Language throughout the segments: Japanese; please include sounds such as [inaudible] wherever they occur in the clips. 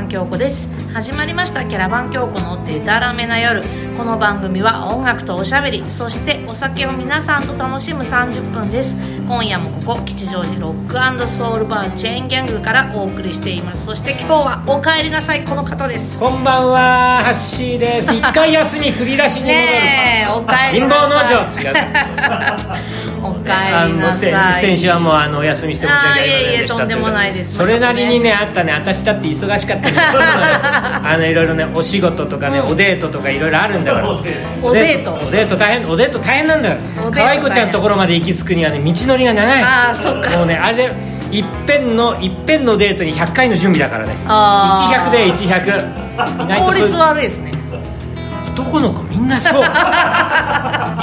ン京子です始まりましたキャラバン京子のデタラメな夜この番組は音楽とおしゃべりそしてお酒を皆さんと楽しむ30分です今夜もここ吉祥寺ロックソウルバーチェーンギャングからお送りしていますそして今日はお帰りなさいこの方ですこんばんは、ハッシ [laughs] ーです。一回休み振り出しに戻る。ねえお帰り貧な乏さい農場違う。お帰ありなのせさい先週はもうあのお休みして申し訳ありませんでしたあーいえいえとんでもないですそれなりにねあったね。私だって忙しかったんで [laughs] すけどあのいろいろねお仕事とかね、うんおデートとかいろいろあるんだから。おデートおデート大変おデート大変なんだから。おデート大変可愛い子ちゃんのところまで行き着くにはね道のりが長い。あーそっかもうねあれで一遍の一遍のデートに100回の準備だからね。あー100で100。意外効とそう率悪いですね男の子みん [laughs] なそう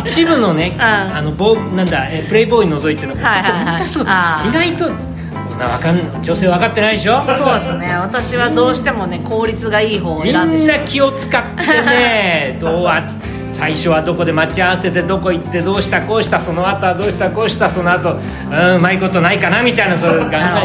一部のね、んあのボーなんだえープレイボーイ除いての、はいはいはい男みんなそうあー意外となわかん女性分かってないでしょそうですね私はどうしてもね効率がいい方をみ選んでしんまうな気を使って [laughs] ねどうは最初はどこで待ち合わせてどこ行ってどうしたこうしたその後はどうしたこうしたその後うんうまいことないかなみたいなそれが [laughs] なるほどなる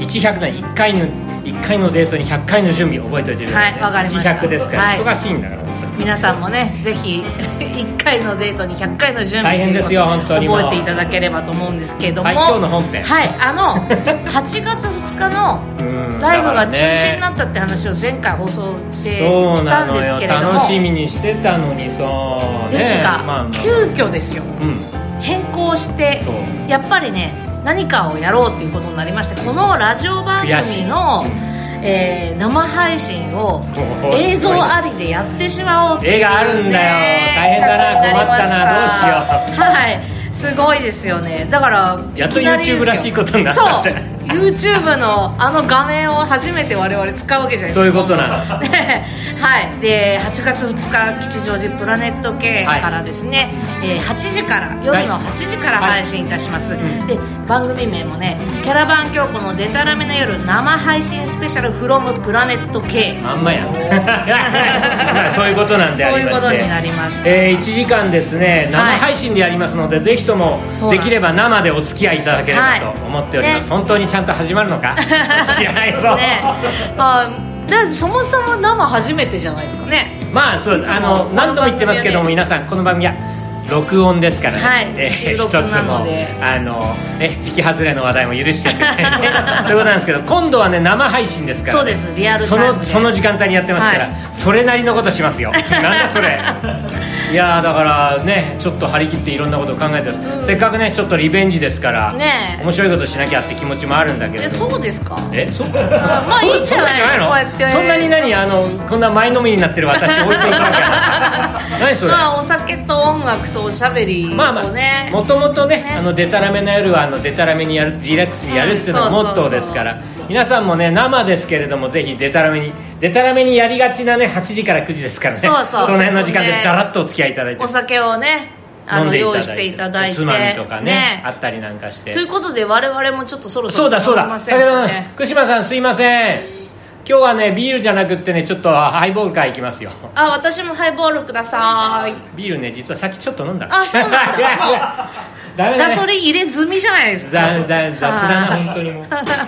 100な1回の一回のデートに100回の準備覚えておいてくださいね、はいわかりました100ですから、はい忙しいんだから本当に皆さんもねぜひ [laughs] 1回のデートに100回の準備大変ですよということ本当にもう覚えていただければと思うんですけども、はい今日の本編はいあ [laughs] の8月2日のうんライブがだから中ね止になったって話を前回放送でそうしなたんのですよけれども楽しみにしてたのにそうですが、急遽ですようん変更してそうやっぱりね何かをやろうっていうことになりましてこのラジオ番悔しい組のうん、えー生配信をおお映像ありでやってしまおうっていう、ね、絵があるんだよ大変だな企画にりまし困ったなどうしはいすごいですよねだからやっといきなりですよ YouTube らしいことになったってそう YouTube のあの画面を初めて我々使うわけじゃないですかそういうこ [laughs] となののはいで8月2日吉祥寺プラネット系からですね、えー8時から夜の8時から配信いたします、いうんで番組名もね「キャラバン京子のデタラメな夜生配信スペシャル from プラネット系」まん [laughs] まやんまあそういうことなんでありましてそういうことになりましたえー、1時間ですね生はい配信でやりますので、ぜひともそうなんでですきれば生でお付き合いいただければと思っております、はいね本当にちゃんと始まる [laughs] のか知らないぞ、ねあだそもそも生初めてじゃないですかねまあそういでつもすあの何度も言ってますけども、こ皆さんこの番組は録音ですからね、はいえー収一録つもなのであのえ時期外れの話題も許してく [laughs] れて、ね、ということなんですけど今度はね生配信ですから、ね、そうですリアルタイムでそのその時間帯にやってますから、はそれなりのこと [laughs] しますよなんだそれいやーだからねちょっと張り切っていろんなことを考えてまうす、んせっかくねちょっとリベンジですから、ねえ面白いことしなきゃって気持ちもあるんだけれえどもそうですかえそうあまあいいんじゃないそうこうやってそんなに何あのこんな前のめりになってる私置いといたの [laughs] か何それ、まあお酒と音楽とおしゃべりをね、まあまあもともとねねあのデタラメな夜はあのデタラメにやるリラックスにやるっていうのがうんそうモそうッそうトーですから、皆さんもね生ですけれどもぜひデタラメにデタラメにやりがちなね8時から9時ですからねそうそうの辺の時間そうでねだらっとお付き合いいただいてお酒をねあ飲んのでい用意たしだいてていただいておつまみとかねあったりなんかしてということで我々もちょっとそろそそろうだそう飲みだません武田かさんね福島さんすいません今日はねビールじゃなくってねちょっとハイボール会行きますよあ私もハイボールくださいビールね実はさっきちょっと飲んだあそうなんだ [laughs] いやいやダメだガねソリン入れ済みじゃないですかざざ雑だな本当にもう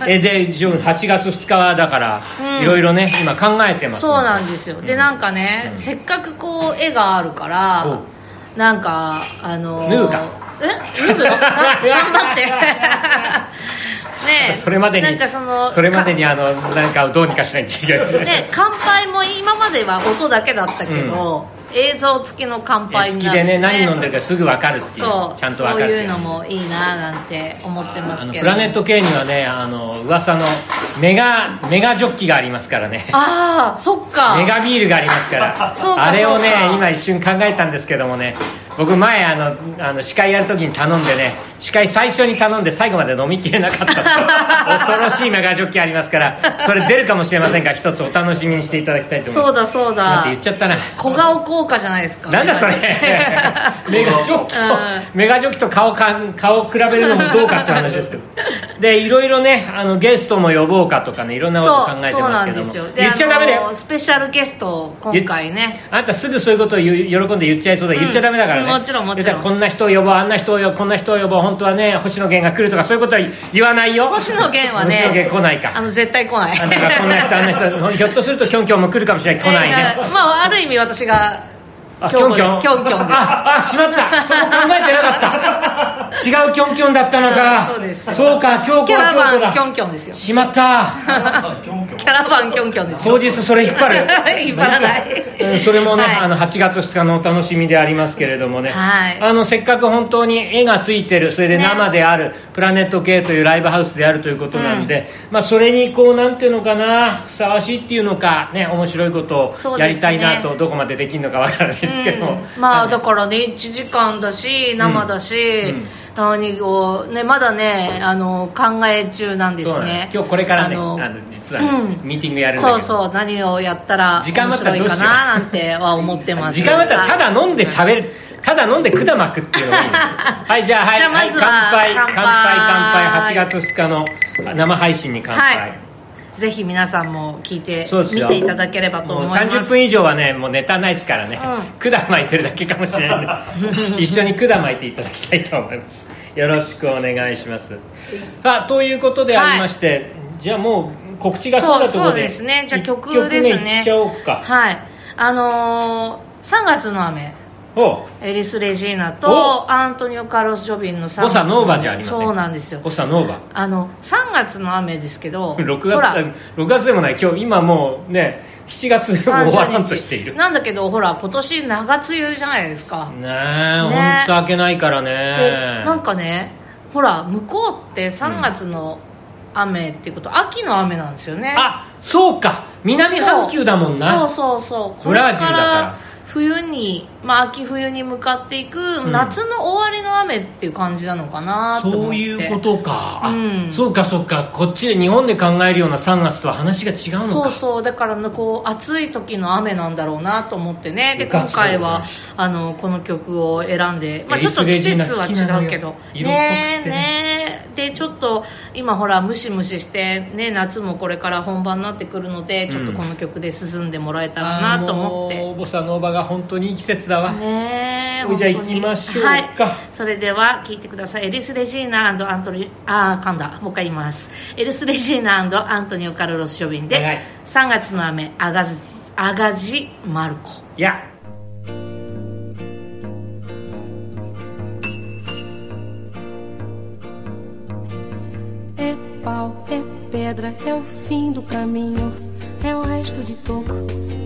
えで一応8月2日はだからうんいろいろね今考えてますそうなんですよ、でなんかね、うんせっかくこう絵があるから、おうなんかあのー、脱ぐかえ脱ぐのな頑張っ [laughs] てねえそれまでになんかそのれまでにあのなんかどうにかしないといけないかね乾杯も今までは音だけだったけど、映像付きの乾杯好にきなでるし、ね何飲んでるかすぐ分かるっていうそうちゃんと分かそうるっていうのもいいななんて思ってますあのけプどラネット系にはねあの噂のメガメガジョッキがありますからねああそっかメガビールがありますからそうかあれをねそうか今一瞬考えたんですけどもね僕前あのあの司会やる時に頼んでね司会最初に頼んで最後まで飲みきれなかった [laughs] 恐ろしいメガジョッキありますからそれ出るかもしれませんが一つお楽しみにしていただきたいと思そいまうだそうすだ待って言っちゃったな小顔効果じゃないですかなんだそれ [laughs] メガジョッキと、うメガジョッキと顔か顔比べるのもどうかっていう話ですけどでいろいろねあのゲストも呼ぼうかとかねいろんなこと考えてそうそうまなすけんどでもすよで言っちゃダメだあよのスペシャルゲストを今回ねあんたすぐそういうことを言う喜んで言っちゃいそうだ、うん言っちゃダメだからねもちろんもちろん言ったらこんな人を呼ぼうあんな人を呼ぼうこんな人を呼ぼう本本当はね星野源が来るとかそういうことは言わないよ星野源はね星野源来ないかあの絶対来ないあだからこんな人あんな人ひょっとするとキョンキョンも来るかもしれない来ないねえー [laughs] まあある意味私があキョンキョンキョンキョンですああしまったそう考えてなかった違うキョンキョンだったの [laughs] かうんそうですそうか京子キャはラ京子バンだキョンキョンですよしまったキョンキョンキャラバンキョンキョンですよ当日それ引っ張る [laughs] 引っ張らないうんそれもね、はいあの8月2日のお楽しみでありますけれどもね、はいあのせっかく本当に絵がついてるそれでね生である、プラネット系というライブハウスであるということなんで、まあ、それにこうなんていうのかなふさわしいっていうのか、ね、面白いことそをうでやすねりたいなと、どこまでできるのかわからないですけど、うん、まあだからね1時間だし生だし、うん何をねまだねあの考え中なんですそうなのね今日これからねああのの実はね、うんミーティングやるんだけそどうそう何をやったら時間面あった白らいどうしかようななんては思ってます [laughs] 時間あったらたはいだ飲んで喋るただ飲んで管巻くっていうのが [laughs] いいはいじゃあはいじゃあまずははい乾杯乾乾杯杯乾杯8月2日のあ生配信に乾杯、はいぜひ皆さんも聞いてそうです見よていただければともう思います30分以上はねもうネタないですからね、管巻いてるだけかもしれない [laughs] んで一緒に管巻いていただきたいと思いますよろしくお願いしますあということでありまして、じゃあもう告知がそうそうだとこそろうでですねじゃあ曲一です目いねっちゃおうか、はいあのー、3月の雨おうエリス・レジーナとアントニオ・カルロス・ジョビンの3ボサノーバじゃありませんかそうなんですよオサノーバあの3月の雨ですけ [laughs] ど6ほら月6月でもない今日今もうね7月でも終わらんとしてい30る日なんだけどほら今年長梅雨じゃないですか、ねえね本当開けないからでねなんかねほら向こうって3月の雨っていうこと、秋の雨なんですよねあそうか南半球だもんなそうそうそうこブれラジルかだからら冬に、まあ、秋冬に向かっていくん夏の終わりの雨っていう感じなのかなと思ってそういうことか、あうんそうかそうかこっちで日本で考えるような3月とは話が違うのそうかそうだからねこう暑い時の雨なんだろうなと思ってねで部活今回動はでしあのこの曲を選んで、まあ、エちリょっとス季レジーナ節は違うけど好きなのよねえ色っぽくてねねえでちょっと今ほらムシムシして、ね、夏もこれから本番になってくるのでちょっとこの曲で進んでもらえたらあなと思っーて、もうボサノーバが本当にいい季節だわ、ねえじゃあ本当に行きましょうかはい、それでは聞いてくださいエリス・レジーナアントニあー噛んだもう一回言いますエリス・レジーナアントニオ・カルロス・ジョビンで、はい3月の雨アガジアガジ・マルコいや É pau, é pedra, é o fim do caminho. É o resto de toco,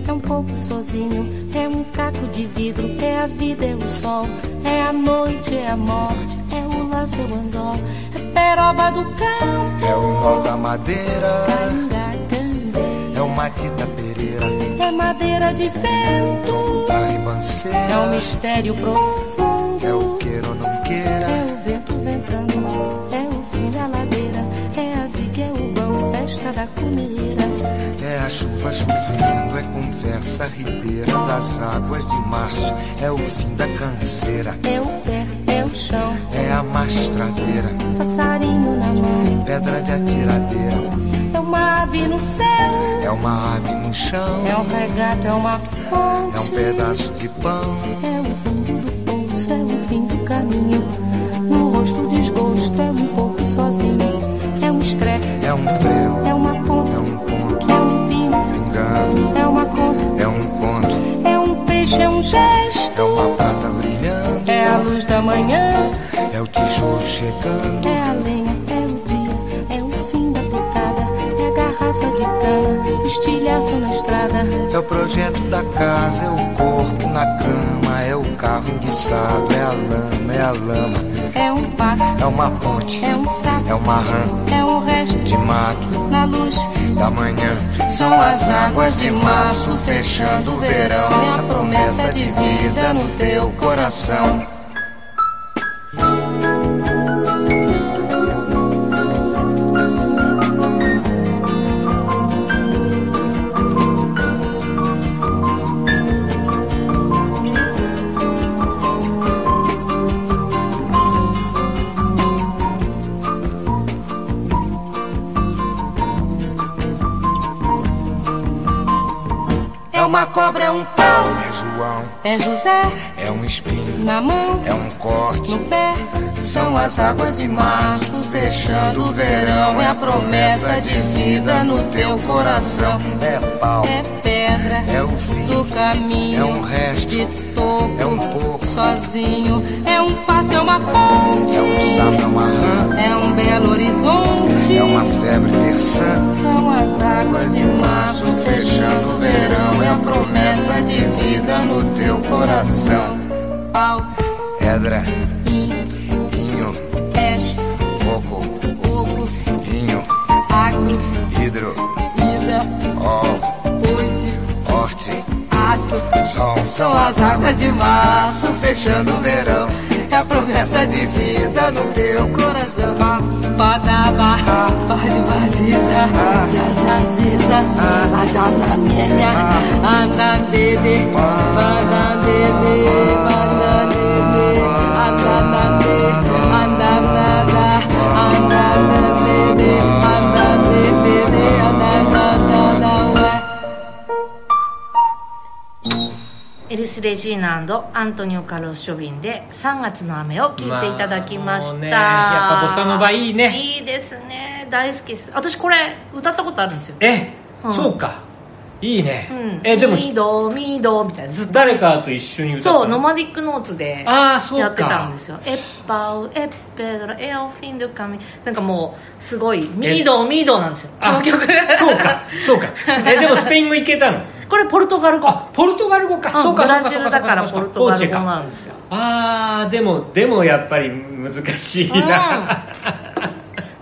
é um pouco sozinho. É um caco de vidro, é a vida, é o sol. É a noite, é a morte, é o laço, é o anzol. É peroba do cão, é É o nó da madeira, canga, candeia. é o Matita Pereira, É madeira de vento, da é um ribanceira. mistério profundo. É o queira ou não É queira, o vento ventando, é o fim da ladeira. É a viga, é o vão, festa da comida. é a chuva chovendo, é conversa ribeira das águas de março. É o fim da canseira, É o pé, é o chão, um é a mastradeira, passarinho na mão. pedra de atiradeira. É uma ave no céu, É uma ave no chão, é um regato, é uma fonte. é um pedaço de pão. É o fundo do poço, é o fim do caminho. No rosto, o desgosto, é um pouco sozinho. É um estrepe, É um prego, é uma é ponta, um ponto é um pino, pingando, é uma conta, é um conto, é um peixe, é um é gesto. uma prata brilhando, É a luz da manhã, é o tijolo chegando. É a lenha, é o dia, é o fim da picada, é a garrafa de cana, estilhaço na estrada, É o projeto da casa, é o corpo na cama, é o carro enguiçado, é a lama, é a lama, é um passo, é uma ponte, é um é sapo, uma rã é um resto de mato na luz. da manhã. São as águas de março fechando o verão, é a promessa de vida no teu coração. É uma cobra, é um pau, é João, mão, É José é um espinho, na mão, é um corte. no pé. São as águas de março, fechando o verão. É a promessa de vida no teu coração. É pau, É pedra é o fim do caminho. é um resto, de topo. é um pouco. Sozinho é um passo, é uma ponte. é um sapo, é uma rã, É um belo horizonte. é uma febre terçã. São as águas de março fechando o verão. É a promessa de vida no teu coração. Pau, Pedra, in, inho, pés, coco, ovo, inho, água, hidro, vida, ó, oite, horte, aço. sol. São as águas de março fechando o verão. É a promessa de vida no teu coração. Badaba, bade baziza, zazaziza, azananenha, andandede, bandandede, bandandede, andandade, andandada, andandandede, andandedede, andandandada, ué. エリス・レジーナアントニオ・カルロス・ショビンで「3月の雨」を聞いていただきました、まあもうねやっぱボサノバいいねいいですね大好きです私これ歌ったことあるんですよえ、うんそうかいいね、うんえでもミドミドみたいなずっと誰かと一緒に歌そったうノのマディックノーツであーそうかやってたんですよエッパウエッペドラエアオフィンドカミなんかもうすごいミドミドなんですよこあの曲そうかそうか [laughs] えでもスペイン語いけたのこれポルトガル語あポルトガル語か、うそんうブかラそうかジそうルかだからそうポルトポガーチルェ語かなんですよあーでもでもやっぱり難しいな、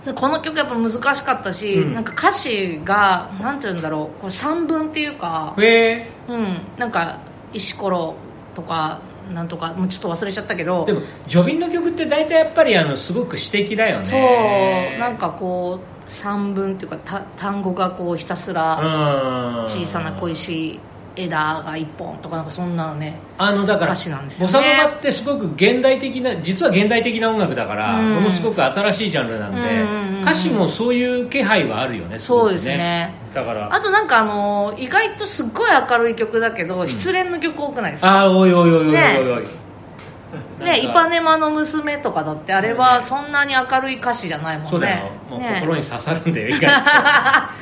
でこの曲やっぱ難しかったし、うんなんか歌詞がなんて言うんだろうこう三文っていうか、へえうん、なんか石ころとかなんとかもうちょっと忘れちゃったけどでもジョビンの曲って大体やっぱりあのすごく詩的だよねそうなんかこう三文っていうかた単語がこうひたすらうん小さな小石枝が一本とかなんかそんなのねあのだから歌詞なんですよねボサノバってすごく現代的な実は現代的な音楽だから、うんものすごく新しいジャンルなんで、うんうんうん歌詞もそういう気配はあるよねすごくそうですねだからあとなんかあの意外とすっごい明るい曲だけど、失恋の曲多くないですかあーおいおいおいおいおいおい、ね、なイんかパネマの娘とかだってあれはそんなに明るい歌詞じゃないもんねそうだよ、もうね心に刺さるんだ [laughs] よ意外とあ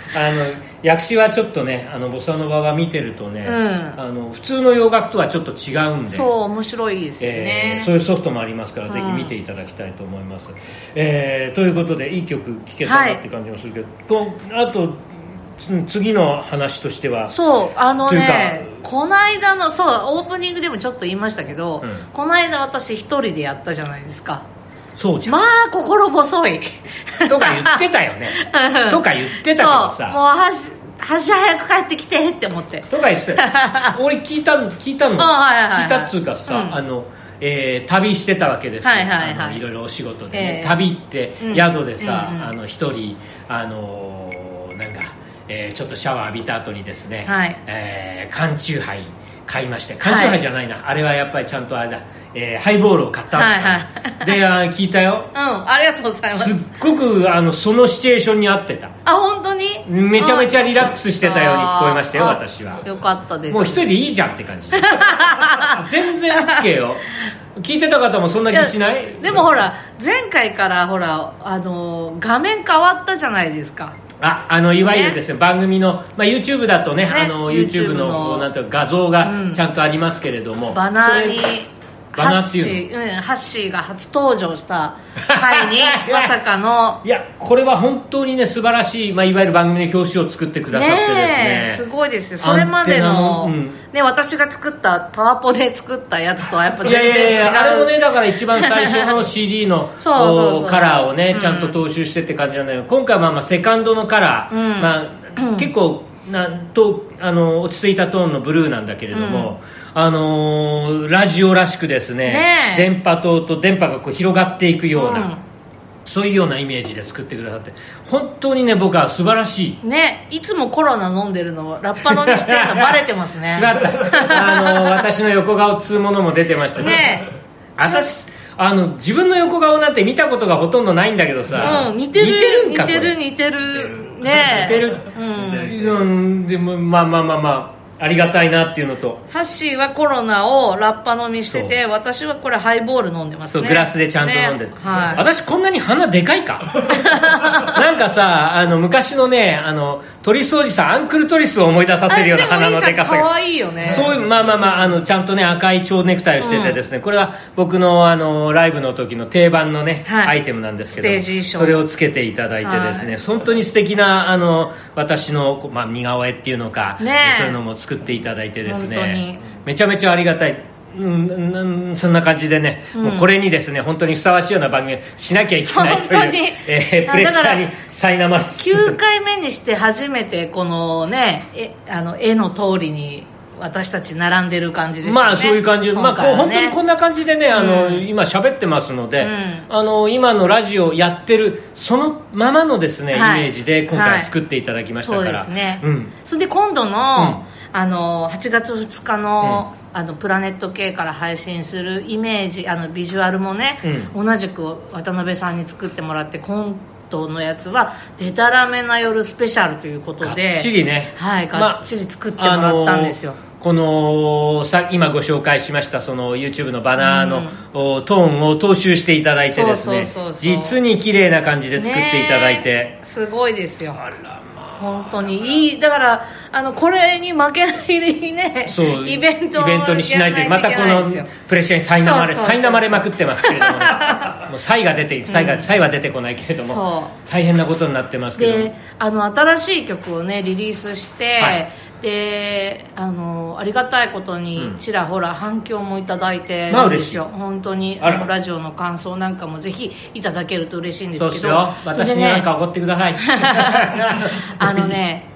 の訳詞はちょっとねあのボサノバは見てるとね、うんあの普通の洋楽とはちょっと違うんでそう面白いですよえねー、そういうソフトもありますから、うんぜひ見ていただきたいと思います、えーということでいい曲聴けたはいなって感じもするけど、こうあとつ次の話としてはそうあのねというこの間のそうオープニングでもちょっと言いましたけど、うんこの間私一人でやったじゃないですかそうじゃん、まあ心細いとか言ってたよね [laughs] うんとか言ってたけそどうもうさはしはし早く帰ってきてって思ってとか言って [laughs] た俺聞いたの聞いたの、あはいはいはい聞いたっつうかさ、うんあのえー旅してたわけですよ、はいはいはいあのいろいろお仕事でね、ええ旅ってうん宿でさ、うんうんあの一人あのーなんか、えーちょっとシャワー浴びた後にですね、はいえー缶チューハイ買いまして缶チューハイじゃないな、あれはやっぱりちゃんとあれだ、えーハイボールを買ったんだ、はいであー聞いたようん [laughs] ありがとうございますっすごくあのそのシチュエーションに合ってたあ本当にめちゃめちゃリラックスしてたように聞こえましたよあー私はよかったですもう一人でいいじゃんって感 [laughs] じ全然 OK よ聞いてた方もそんないや気しないでもほら前回からほらあのー画面変わったじゃないですかああのいわゆるですね番組の、まあ、YouTube だとねねあの YouTube YouTube ののこうなんていうか画像うんがちゃんとありますけれども、バナーにそれハバナッーってシいー、うん、ハッシーが初登場 [laughs] した回にまさかのいやこれは本当にね素晴らしい、まあ、いわゆる番組の表紙を作ってくださってですねねえすごいですよそれまでのアンテナのね、私が作ったパワポで作ったやつとはやっぱいや全いや然違いうやあれもねだから一番最初の CD の [laughs] そうそうそうこうカラーをうねんちゃんと踏襲してって感じなんだけど今回はまあまあセカンドのカラー、うんまあ、結構なんとあの落ち着いたトーンのブルーなんだけれども、あのーラジオらしくですねねえ電波塔と電波がこう広がっていくような、うんそういうようなイメージで作ってくださって本当にね僕は素晴らしいねいつもコロナ飲んでるのラッパ飲みして [laughs] るのバレてますねしまったあの [laughs] 私の横顔つうものも出てましたね私あの自分の横顔なんて見たことがほとんどないんだけどさ、うん、似てるん似かてるこれ似てるねえ似てる、うんでもまあまあまあまあありがたいなっていうのとハッシーはコロナをラッパ飲みしてて私はこれハイボール飲んでますそう、ねグラスでちゃんと飲んで、ねはい、私こんなに鼻でか [laughs] いかなんかさあの昔のねあのトリスおじさんアンクルトリスを思い出させるような鼻のでかさかがわいいよねそういうまあまあまああのちゃんとね赤い蝶ネクタイをしててですね、これは僕のあのライブの時の定番のね、はいアイテムなんですけどステージ衣装それをつけていただいてですね、本当に素敵なあの私の、こうまあ、似顔絵っていうのか、ねえそういうのも作っていただいてです本当にねめちゃめちゃありがたい。うんうんうんそんな感じでね、もうこれにですね本当にふさわしいような番組をしなきゃいけないと本当いにう、えーあプレッシャーだに苛まれつつ9回目にして初めてこのねえあの絵の通りに私たち並んでる感じですよねまあそういう感じ、まあ今こ回うは本ね当にこんな感じでね、あの、うん今喋ってますので、うんあの今のラジオやってるそのままのですね、はいイメージで今は回い作っていただきましたそうかでら、すね、うん、それで今度の,、あの8月2日の,、あのプラネット系から配信するイメージあのビジュアルもね、同じく渡辺さんに作ってもらって今度のやつは「でたらめな夜スペシャル」ということがっでちりね、はいまあがっちり作ってもらったんですよ、あのーこのさ今ご紹介しましたその YouTube のバナーの、おトーンを踏襲していただいてですねそうそうそうそう実に綺麗な感じで作っていただいて、ねえすごいですよあらまあ本当にいいだからあのこれに負けないねそうイベントをにしないというやまらなたいこけないのですよプレッシャーに苛そうまれそうそう苛まれまくってます [laughs] けれどももう才が出て才が才は出てこないけれどもそ大変なことになってますけどであの新しい曲をねリリースして、はいであのありがたいことにちらほら反響もいただいてまあるんですよ嬉本当にああらのラジオの感想なんかもぜひいただけると嬉しいんですそうけでどすよ私それでにね何か怒ってください [laughs] あのね、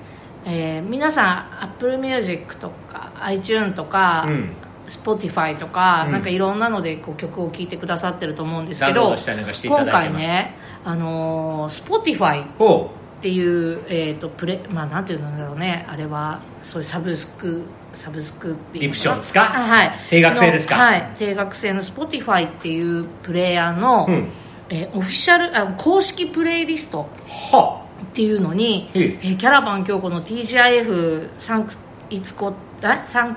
えー皆さん Apple Music とか iTunes とか、うん Spotify とか、うんなんかいろんなのでこう曲を聴いてくださってると思うんですけダウンローどドしたりなんかしていただい今てます回ねあのー Spotify おうっていう、えー、とプレまあなんていうんだろうねあれはそういうサブスクサブスクっていうのかなディプションですかあはい定額制ですかあのはい定額制の Spotify っていうプレイヤーの、うんえーオフィシャルあ公式プレイリストはっていうのに、ええーキャラバン京子の TGIF サンクいつこあサンあ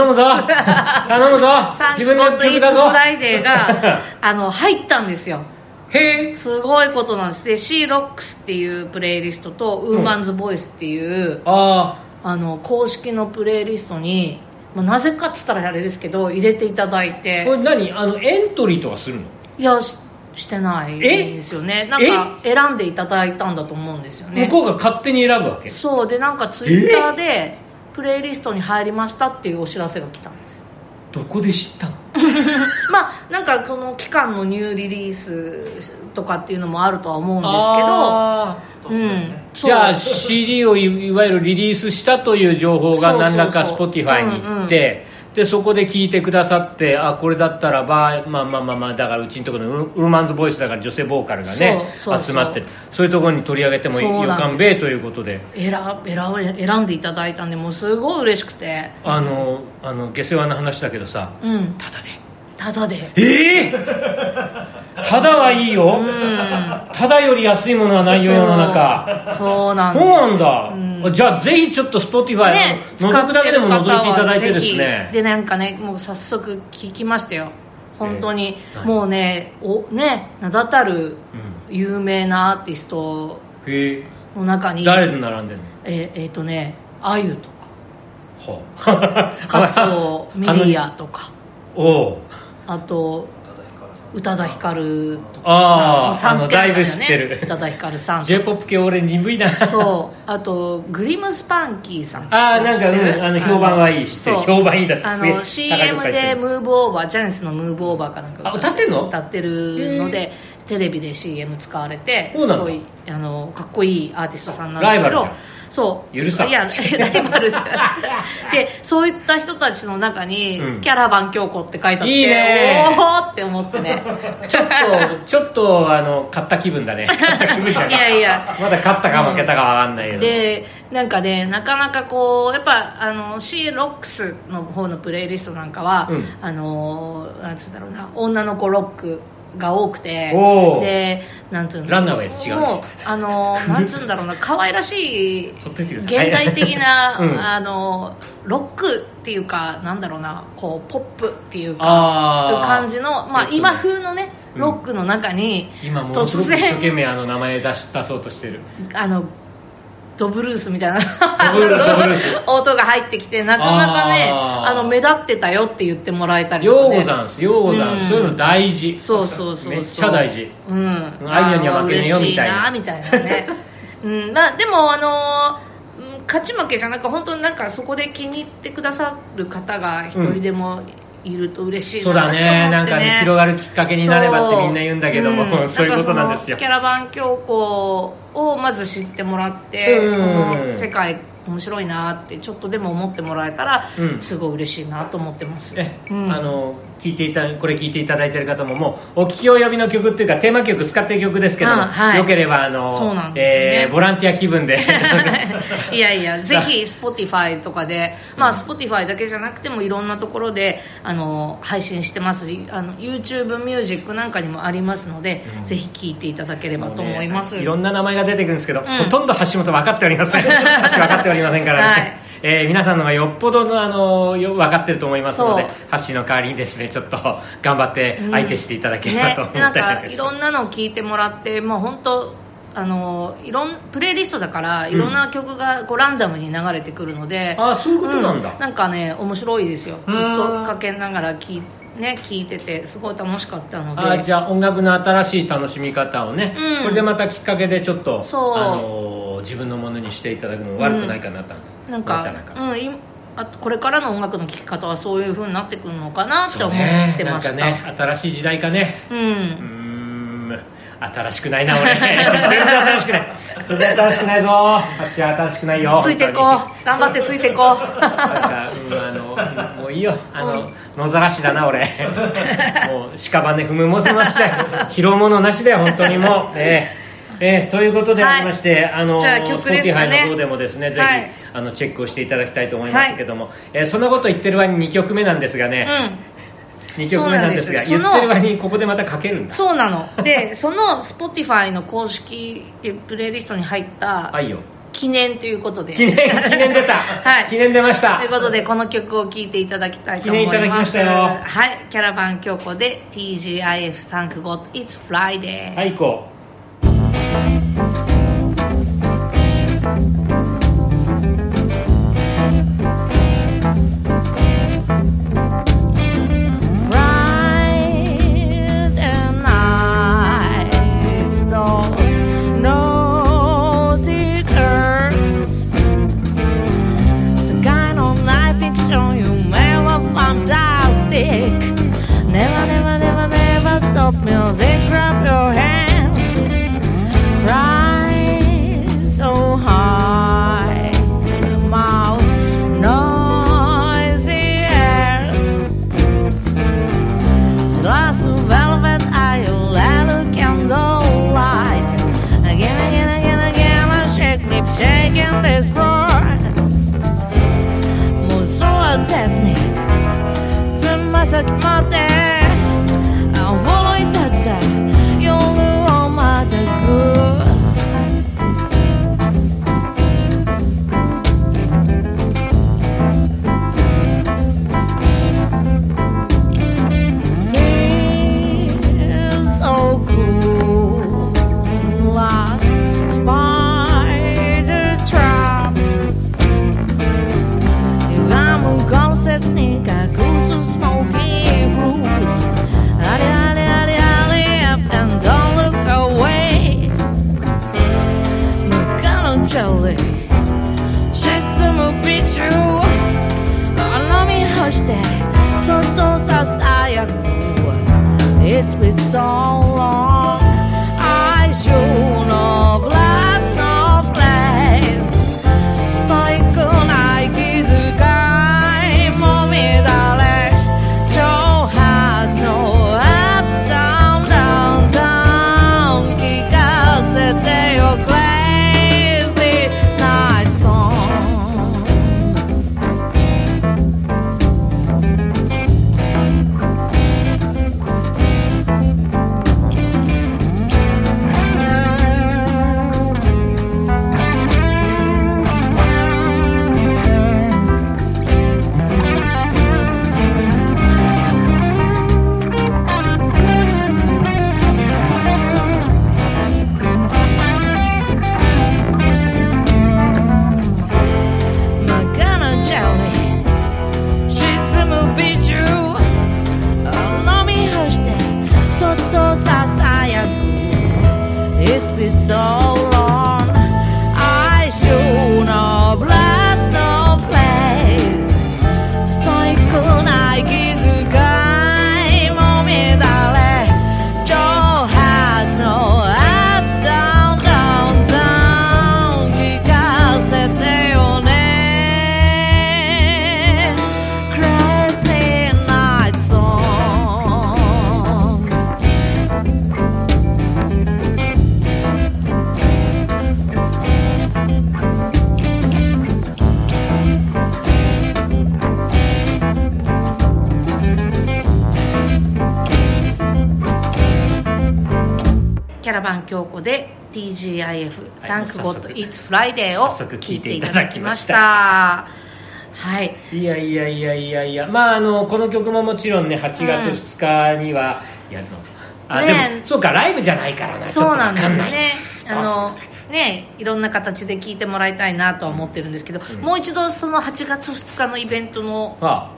[laughs] むぞ頼むぞサン自分のク曲イだツフぞライデー [laughs] があの入ったんですよへえすごいことなんですで c ロックスっていうプレイリストと、ウーマンズボイスっていうああの公式のプレイリストに、まあ、なぜかっつったらあれですけど入れていただいあこてれ何あのエントリーとかするのいやししてないんですよねなんか選んでいただいたんだと思うんですよね向こうが勝手に選ぶわけそうでなんかツイッターでプレイリストに入りましたっていうお知らせが来たんですどこで知ったのまあなんかこの期間のニューリリースとかっていうのもあるとは思うんあーですけどうんそうじゃあ CD をいいわゆるリリースしたという情報がそうそうそう何らか Spotify に行ってでそこで聞いてくださってあこれだったらばまあまあまあまあだからうちのところのウウーマンズボイスだから女性ボーカルがねそうそうそう集まってそういうところに取り上げてもいいそうなん予です感べえということで選選選んでいただいたんでもうすごい嬉しくてあのあの下世話な話だけどさうんただでただでええ [laughs] ただはいいよ [laughs] ただより安いものはないよ世の中そうそうなんそうですなんだ、じゃあぜひちょっと Spotify、ね、の覗くだけでも覗いていただいてです使ってる方はぜねひでなんかねもう早速聞きましたよ本当に、えーはいもうねおね名だたる有名なアーティストへえの中に誰と並んでんのえーえーとねあゆとかはあ加藤ミリ [laughs] アとかおうあと宇多田ヒカルとあーかさんもうさんつけなかあのだいぶった知よってるね宇多田ヒカルさん j p o p 系俺鈍い [laughs] なそうあとグリムスパンキーさんああなん知っかてるうんあの評判はいい知ってるそう評判いいだってあすげえ高のいと CM こ書いてで「るムーブオーバー」ジャニスの「ムーブオーバー」かなんかあ歌ってんの歌ってるのでテレビで CM 使われてそうすなんだごいあのかっこいいアーティストさんなんですけライバどルそう許さんい [laughs] やライバルでそういった人たちの中にうん「キャラバン京子」って書いてあっていいねおおって思ってねちょっとちょっとあの買った気分だ [laughs] ね買った気分じゃいないやいやまだ勝ったか負けたかわかんないけど、でなんかねなかなかこうやっぱあの C ロックスの方のプレイリストなんかは、うんあのなんつうんだろうな女の子ロックが多くておーでなんつうのランナーウェイズ違うもうあのなんつうんだろうな可愛らしいほっといてくだ現さい代的な、 [laughs] うんあのロックっていうかなんだろうなこうポップっていうかああ感じの、まえっあ、とね今風のねうんロックの中に、今ものす突ごく一生懸然命あの名前出し出そうとしてるあのドブルースみたいなブルースドブルース [laughs] 音が入ってきてなかなかねああーの目立ってたよって言ってもらえたりとよか、うね、ござんすようござんうすんそういうの大事そうそうそうそうめっちゃ大事うんアイアンには負けねえあー嬉よしみいなみたいなね、 [laughs] うんまあ、でもあのーうん勝ち負けじゃなく本当になんかそこで気に入ってくださる方が一人でもいると嬉しいそなうと思っだて、ねなんかね広がるるきっかけになればってみんな言うんだけども [laughs] そう,、いうことなんですよキャラバン教皇をまず知ってもらって、うんこの世界面白いなってちょっとでも思ってもらえたら、うんすごい嬉しいなと思ってます、ねうんあの聞いていたこれ聞いていただいてる方ももうお聞き及びの曲っていうかテーマ曲使ってる曲ですけども、あはいよければあのそうなんですよねえーボランティア気分で [laughs] いやい [laughs] や、ぜひ Spotify とかで、まあ Spotify だけじゃなくてもいろんなところであの配信してますし、あの YouTube ミュージックなんかにもありますので、ぜひ聞いていただければ [laughs] と思います。いろんな名前が出てくるんですけど、んほとんど橋本分かっており [laughs] ません橋分かっておりませんからね、はいえー皆さんのがよっぽどのあのよ分かってると思いますのでそう橋の代わりにですねちょっと頑張って相手していただければねと思っ、て、なんかいろんなのを聞いてもらって、もう本当あのいろんプレイリストだからいろんな曲がこうランダムに流れてくるので、あーそういうことなんだなんかね面白いですよ。ずっうとんかけながら聞いね聞いててすごい楽しかったので。あーじゃあ音楽の新しい楽しみ方をね、うんこれでまたきっかけでちょっと、そうあのー自分のものにしていただくのも悪くないかなと、なん思かったうん、いあとこれからの音楽の聴き方はそういう風になってくるのかなってそう思ねってましたう,、なんかね新しい時代かねうーんん新しくないな [laughs] 俺全然新しくない全然新しくないぞ私は新しくないよついてこう本当に頑張ってついて [laughs] こなんか、うん、あのもういいよあの野ざらしだ [laughs] な俺もう屍踏むもそなしだよ [laughs] 拾うものなしだよ本当にもうええええということではいありまして、あのじゃあ曲ですかね Spotify の方でもですねぜひ、はいあのチェックをしていただきたいと思いますけども、ええそんなこと言ってる間に2曲目なんですがうね、ん二2曲目なんですがそう言なんっですてる間にここでまたかけるんだそうな [laughs] のでその Spotify の公式えプレイリストに入ったはいよ記念ということで記念記念出た、 [laughs] はい記念出ましとたいうことでこの曲を聴いていただきたいと思います記念いただきましたよはいキャラバン京子で TGIF サンクゴッ It's Friday、はい行こう Right and nights don't know the curse. It's a kind of life fiction you never fantastic. Never, never, never, never stop music. Grab your hands, rise so high. Mouth, noisy earth. Just velvet I let a candle light Again, again, again, again I shake, keep shaking this board More so a technique To massage my day I'm following that day You'll do all my good Feels so cool. Last spider trap. You got me ghosted, nigga. Goose of smoky roots. Alley, alley, alley, alley, up and don't look away. Mugano jelly. Shit's a movie true. I love me hush that. So don't say it's been so long. I should have last no place. Stay like his guy, mommy darling. Joe has no up, down, down, down. Because they are crazy night song. キャラバン京子で TGIF「はい Thank もう早 God 速 It's Friday」を早速聞聞いいてていいたただだききままししたはいいやいやいやいやいやまああのこの曲ももちろんね8月2日には、いやでもあ、ねえでもそうかライブじゃないからなそうなんですよねちょあっとわかんないどうするのねいろんな形で聞いてもらいたいなとは思ってるんですけど、もう一度その8月2日のイベントのあ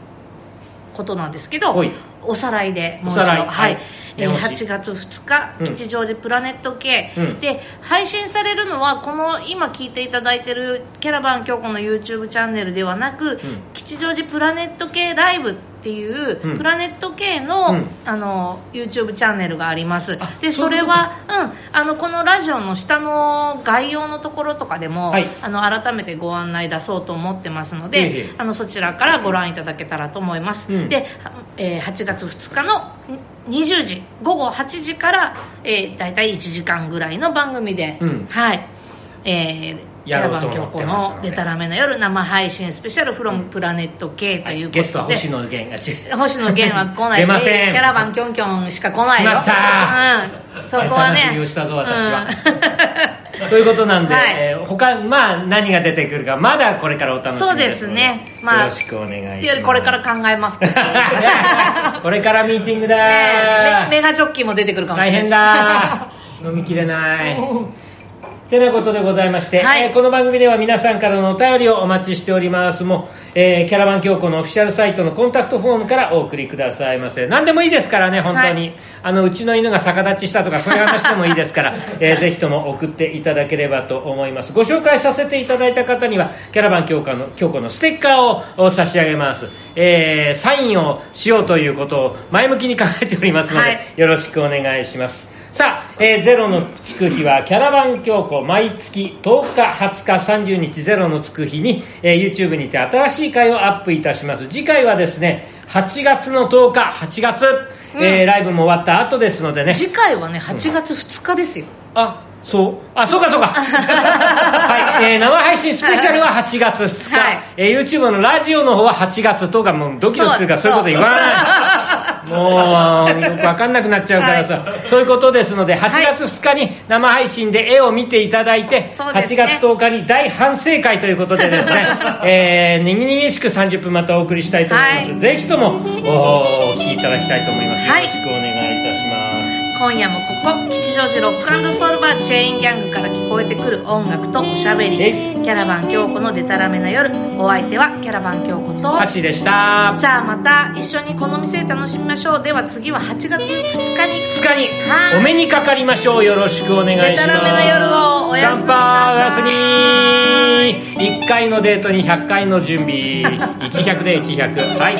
ことなんですけどはいおさらいでもう一お度さらはいいはいえーね8月2うん日吉祥寺プラネット系、うんで配信されるのはこの今聞いていただいてるキャラバン京子の YouTube チャンネルではなく、吉祥寺プラネット系ライブっていう、うんプラネット系の,、うんあの YouTube チャンネルがありますあでそそういれうことはうん、あのこのラジオの下の概要のところとかでも、はいあの改めてご案内出そうと思ってますのいえいでえあのそちらからご覧いただけたらと思います、うんで、えー8月2日の20時午後8時から、えー、大体1時間ぐらいの番組で、うんはいえー、キャやラろバうとン思京っ子てますの「のででたらめの夜」生配信スペシャル「from プラネット K」ということで、ゲストは星野源が違う星野源は来ないし出ませんキャラバンキョンキョンしか来ないよしまうん、そこはあんたのねふりをしたぞ私うはん [laughs] ということなんで、はいえー他まあ何が出てくるかまだこれからお楽しみですのでそうですねまあよろしくお願いし [laughs] っまていすうよりこれから [laughs] 考えますけどねこれからミーティングだえー、メメガジョッキーも出てくるかもしれ大ない変だー [laughs] 飲みきれないてなことでございまして、はいえーこの番組では皆さんからのお便りをお待ちしておりますもう、えーキャラバン教皇のオフィシャルサイトのコンタクトフォームからお送りくださいませ何でもいいですからね本当に、はあのうちの犬が逆立ちしたとかそういう話でもいいです [laughs] から、えーぜひとも送っていただければと思いますご紹介させていただいた方にはキャラバン教皇の教皇のステッカーをお差し上げます、えーサインをしようということを前向きに考えておりますので、はいよろしくお願いしますさあ、えーゼロのつく日はキャラバン教庫毎月10日20日30日ゼロのつく日に、えー YouTube にて新しい回をアップいたします次回はですね8月の10日8月、えーライブも終わった後ですのでね次回はね8月2日ですよ、あそうあそ [laughs] うかそうかはい、えー生配信スペシャルは8月2日、はいえー YouTube のラジオの方は8月10日もうドキドキするからそそうういうこと言わないもうよく分かんなくなっちゃうからさ、そういうことですので8月2日に生配信で絵を見ていただいて、そうです8ね月10日に大反省会ということでです [laughs] ね、えー、にぎにぎしく30分またお送りしたいと思います、はいぜひともおお聴きいただきたいと思います、はいよろしくお願いいたします今夜もここ吉祥寺ロックソウルバーチェインギャングから聞こえてくる音楽とおしゃべりキえャラバン京子のでたらめな夜お相手はキャラバン京子と歌詞でしたじゃあまた一緒にこの店で楽しみましょうでは次は8月2日2日にはいお目にかかりましょうよろしくお願いしますでたらめな夜をおやすみ乾な杯おやさすいみ1回のデートに100回の準備1100で100はい